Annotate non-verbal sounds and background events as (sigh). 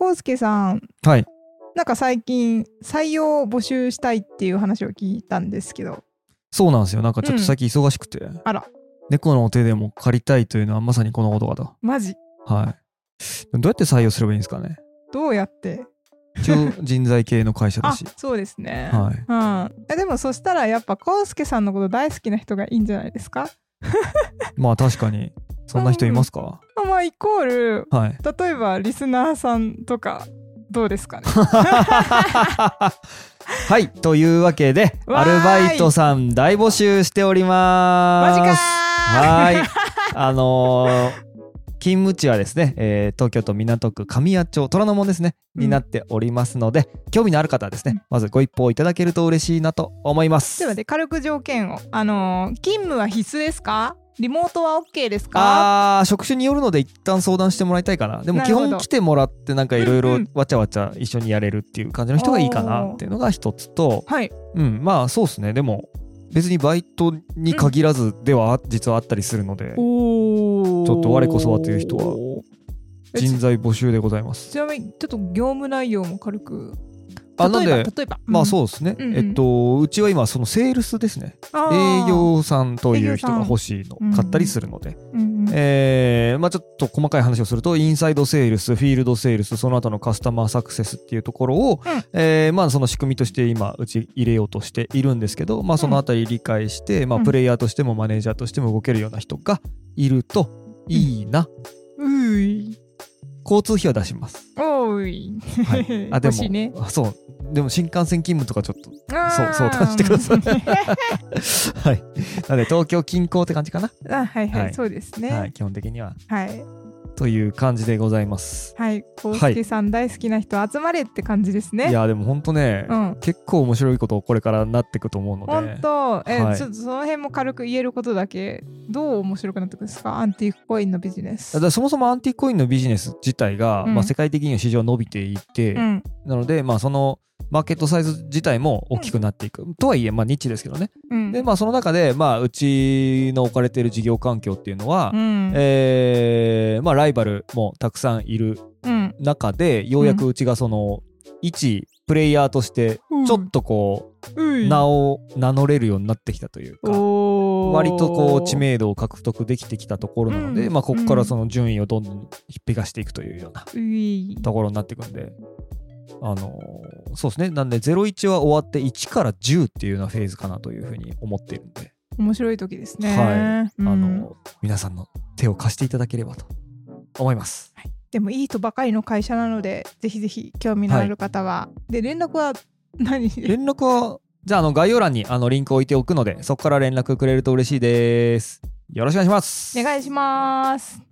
康介さん、はい。なんか最近採用を募集したいっていう話を聞いたんですけど、そうなんですよ。なんかちょっと最近忙しくて。あら、猫のお手でも借りたいというのはまさにこのことかと。マジはい。どうやって採用すればいいんですかねどうやって一 (laughs) 応人材系の会社だあし。そうですね。はい。うん、えでもそしたらやっぱ康介さんのこと大好きな人がいいんじゃないですかまあ確かに、そんな人いますか、あまあイコール (laughs) はい。例えばリスナーさんとかどうです (laughs) かねはい。というわけで、わアーいルバイトさん大募集しておりまマジす。かー (laughs) はーい。あのー勤務地はですね、えー東京都港区神谷町虎ノ門ですね、うんになっておりますので興味のある方はですね、まずご一報いただけると嬉しいなと思いますではね軽く条件をあのー勤務は必須ですかリモートは OK ですかあー職種によるので一旦相談してもらいたいかなでもな基るほど本来てもらってなんかいろいうんろうんわちゃわちゃ一緒にやれるっていう感じの人がいいかなっていうのが一つとはいうんまあそうですねでも別にバイトに限らずでは実はあったりするので、おちょっと我こそはという人は人材募集でございますちなみにちょっと業務内容も軽く例あえばなんで例えばまあうそうですね、うんうんえっとうちは今そのセールスですねん営、業さんと営い業う人さんが欲しいのうん買ったりするので、あーうんうんえーまあ、ちょっと細かい話をするとインサイドセールスフィールドセールスその後のカスタマーサクセスっていうところを、うんえーまあ、その仕組みとして今うち入れようとしているんですけど、まあ、そのあたり理解して、まあ、うんプレイヤーとしてもマネージャーとしても動けるような人がいるといいな、うーい交通費は出します、おーい、 (laughs) はい、あで欲しいも、ねあそうでも新幹線勤務とかちょっとあーそう相談してくださ (laughs) はい。なので、東京近郊って感じかな。 (laughs) あはいはい、はいそうですはねい、基本的には。はいという感じでございます。はい浩介さん大好きな人集まれって感じですねいや、でも本当ね、うん結構面白いことこれからなってくと思うので。本当、えはいちょっとその辺も軽く言えることだけどう面白くなってくるんですかアンティークコインのビジネスだか。らそもそもアンティークコインのビジネス自体が、うんまあ、世界的には市場伸びていて、うん、なので、まあ、そのマーケットサイズ自体も大きくなっていく、とはいえ、まあ、ニッチですけどねうん、で、まあ、その中で、まあ、うちの置かれている事業環境っていうのは、うん、えーまあ、ライバルもたくさんいるうん、中でようやくうちがその、一プレイヤーとしてうんちょっとこう、うん名を名乗れるようになってきたというかおー割とこう知名度を獲得できてきたところなので、うんまあここからその順位をどんどん引っぺがしていくというようなういところになっていくんで。あのーそうですねなんで01は終わって1から10っていうようなフェーズかなというふうに思っているんで、面白い時ですね。はうんあのー皆さんの手を貸していただければと思いますでもいい人ばかりの会社なのでぜひぜひ興味のある方は、で連絡は何 (laughs) で連絡は、じゃあ、あの、概要欄にあのリンクを置いておくので、そこから連絡くれると嬉しいです。よろしくお願いします。お願いします。